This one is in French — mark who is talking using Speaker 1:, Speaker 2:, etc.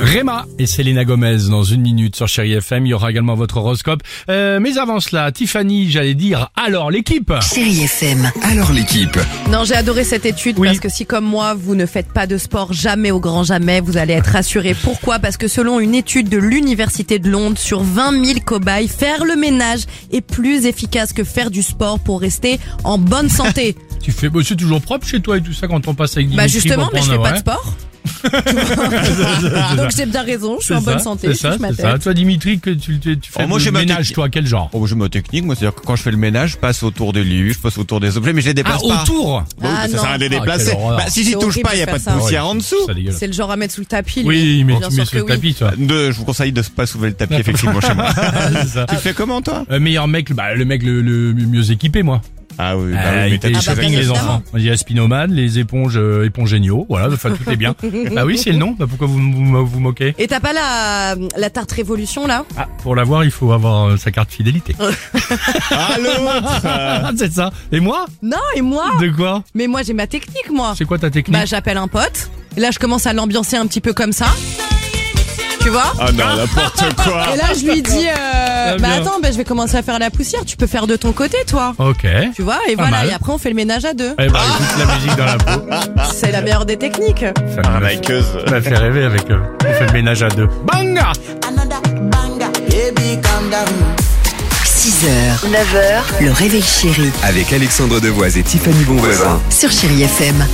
Speaker 1: Réma et Selena Gomez dans une minute sur Chéri FM. Il y aura également votre horoscope. Euh, mais avant cela, Tiffany, j'allais dire, alors l'équipe
Speaker 2: Chéri FM.
Speaker 3: Alors l'équipe,
Speaker 4: Non, j'ai adoré cette étude
Speaker 1: Oui.
Speaker 4: parce que si comme moi, vous ne faites pas de sport jamais au grand jamais, vous allez être rassuré. Pourquoi Parce que selon une étude de l'Université de Londres sur 20 000 cobayes, faire le ménage est plus efficace que faire du sport pour rester en bonne santé.
Speaker 1: Tu fais, bah, c'est toujours propre chez toi et tout ça quand on passe avec
Speaker 4: bah
Speaker 1: Dimitri
Speaker 4: justement,
Speaker 1: pour
Speaker 4: mais je fais
Speaker 1: prendre,
Speaker 4: pas
Speaker 1: ouais.
Speaker 4: de sport. Donc j'ai bien raison, je suis en
Speaker 1: C'est ça,
Speaker 4: bonne santé.
Speaker 1: C'est
Speaker 4: je
Speaker 1: ça,
Speaker 4: touche ma
Speaker 1: c'est
Speaker 4: tête.
Speaker 1: ça. Toi, Dimitri, que tu, tu, tu fais
Speaker 5: Oh, moi,
Speaker 1: le
Speaker 5: j'ai ma
Speaker 1: ménage,
Speaker 5: technique.
Speaker 1: toi, quel genre
Speaker 5: Bon, je me technique, moi, c'est-à-dire que quand je fais le ménage, je passe autour des lieux, je passe autour des objets, mais je les
Speaker 1: Ah,
Speaker 5: déplace pas.
Speaker 1: autour
Speaker 5: Bah oui,
Speaker 4: Ah,
Speaker 5: mais ça sert à
Speaker 4: non.
Speaker 5: rien de les
Speaker 1: Ah,
Speaker 5: déplacer.
Speaker 1: quelle horreur. Ah
Speaker 5: bah, si j'y
Speaker 4: C'est
Speaker 5: touche
Speaker 4: horrible
Speaker 5: pas, il
Speaker 4: de
Speaker 5: n'y a pas
Speaker 4: faire
Speaker 5: de
Speaker 4: ça.
Speaker 5: poussière en dessous.
Speaker 1: Ça dégueule.
Speaker 4: C'est le genre à mettre sous le tapis. lui.
Speaker 1: Oui, mais
Speaker 4: Bien
Speaker 1: tu
Speaker 4: sûr
Speaker 1: mets sur le
Speaker 4: que oui.
Speaker 1: tapis, toi.
Speaker 5: Deux, je vous conseille de pas soulever le tapis, effectivement, chez moi.
Speaker 1: C'est ça.
Speaker 5: Tu fais comment, toi
Speaker 1: Euh, meilleur mec, bah, le mec le, le mieux équipé, moi.
Speaker 5: Ah oui, bah
Speaker 1: Ah,
Speaker 5: oui, mais
Speaker 1: il
Speaker 5: t'as
Speaker 1: fait
Speaker 5: des
Speaker 4: Ah bah,
Speaker 5: choses à
Speaker 4: bien
Speaker 1: shopping, les
Speaker 5: dire.
Speaker 4: évidemment.
Speaker 1: enfants. Il y a Spinomad, les éponges, euh, éponges géniaux. Voilà, enfin, tout est bien. bah oui, c'est le nom. Bah, pourquoi vous vous, vous moquez
Speaker 4: Et t'as pas la, la tarte révolution là
Speaker 1: Ah, pour l'avoir, il faut avoir euh, sa carte fidélité.
Speaker 5: Ah, l'autre euh,
Speaker 1: Ah, c'est ça. Et moi
Speaker 4: Non, et moi
Speaker 1: De quoi
Speaker 4: Mais moi j'ai ma technique moi.
Speaker 1: C'est quoi ta technique
Speaker 4: Bah j'appelle un pote. Et là je commence à l'ambiancer un petit peu comme ça. Tu vois
Speaker 5: Ah non, n'importe quoi
Speaker 4: Et là je lui dis euh,
Speaker 1: Ah, bien.
Speaker 4: bah attends, bah, je vais commencer à faire la poussière, tu peux faire de ton côté toi.
Speaker 1: Ok. Eh
Speaker 4: Tu vois Et
Speaker 1: Pas
Speaker 4: voilà,
Speaker 1: mal.
Speaker 4: et après on fait le ménage à deux.
Speaker 1: bah, écoute la musique dans la peau.
Speaker 4: C'est la meilleure des techniques.
Speaker 1: Ça
Speaker 5: Ah,
Speaker 1: m'a-
Speaker 5: la queuse.
Speaker 1: ça m'a fait rêver avec euh, On fait le ménage à deux. Bang
Speaker 6: another banger. Baby, calm down.
Speaker 2: 6h, 9h, le réveil chéri
Speaker 3: avec Alexandre Devoise et Tiffany Bonvoisin.
Speaker 2: sur Chéri FM.